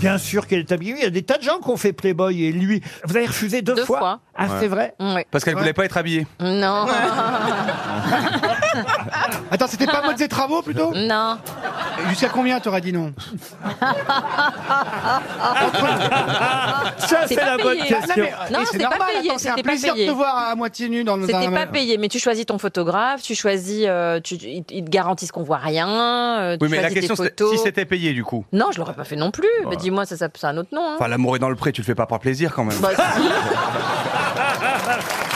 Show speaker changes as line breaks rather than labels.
Bien sûr qu'elle est habillée. Il y a des tas de gens qui ont fait Playboy et lui. Vous avez refusé deux,
Deux fois.
Ah,
Ouais.
c'est vrai
Oui.
Parce qu'elle voulait pas être habillée.
Non,
Attends, c'était pas mode des travaux plutôt
non.
Jusqu'à combien t'aurais dit non
Ça,
C'est
c'est la
pas
bonne
payé.
question.
Non,
euh, et
c'est pas payé,
attends, c'est un
c'était pas
plaisir
payé.
de te voir à moitié nu dans le. dans
C'était
un-
pas payé, mais tu choisis ton photographe, tu choisis, euh, tu, ils ils te garantissent qu'on voit rien. euh, tu
Oui, mais la
choisis tes
question, c'était
photos.
si c'était payé du coup.
Non, je l'aurais pas fait non plus. Bah, Dis-moi, ça, ça, c'est un autre nom. hein.
Enfin, l'amour est dans le pré, tu le fais pas par plaisir quand même.
Bah, si.